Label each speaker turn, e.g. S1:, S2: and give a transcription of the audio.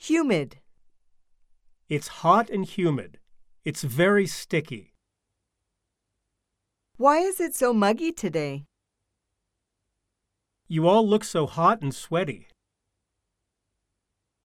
S1: Humid.
S2: It's hot and humid. It's very sticky.
S1: Why is it so muggy today?
S2: You all look so hot and sweaty.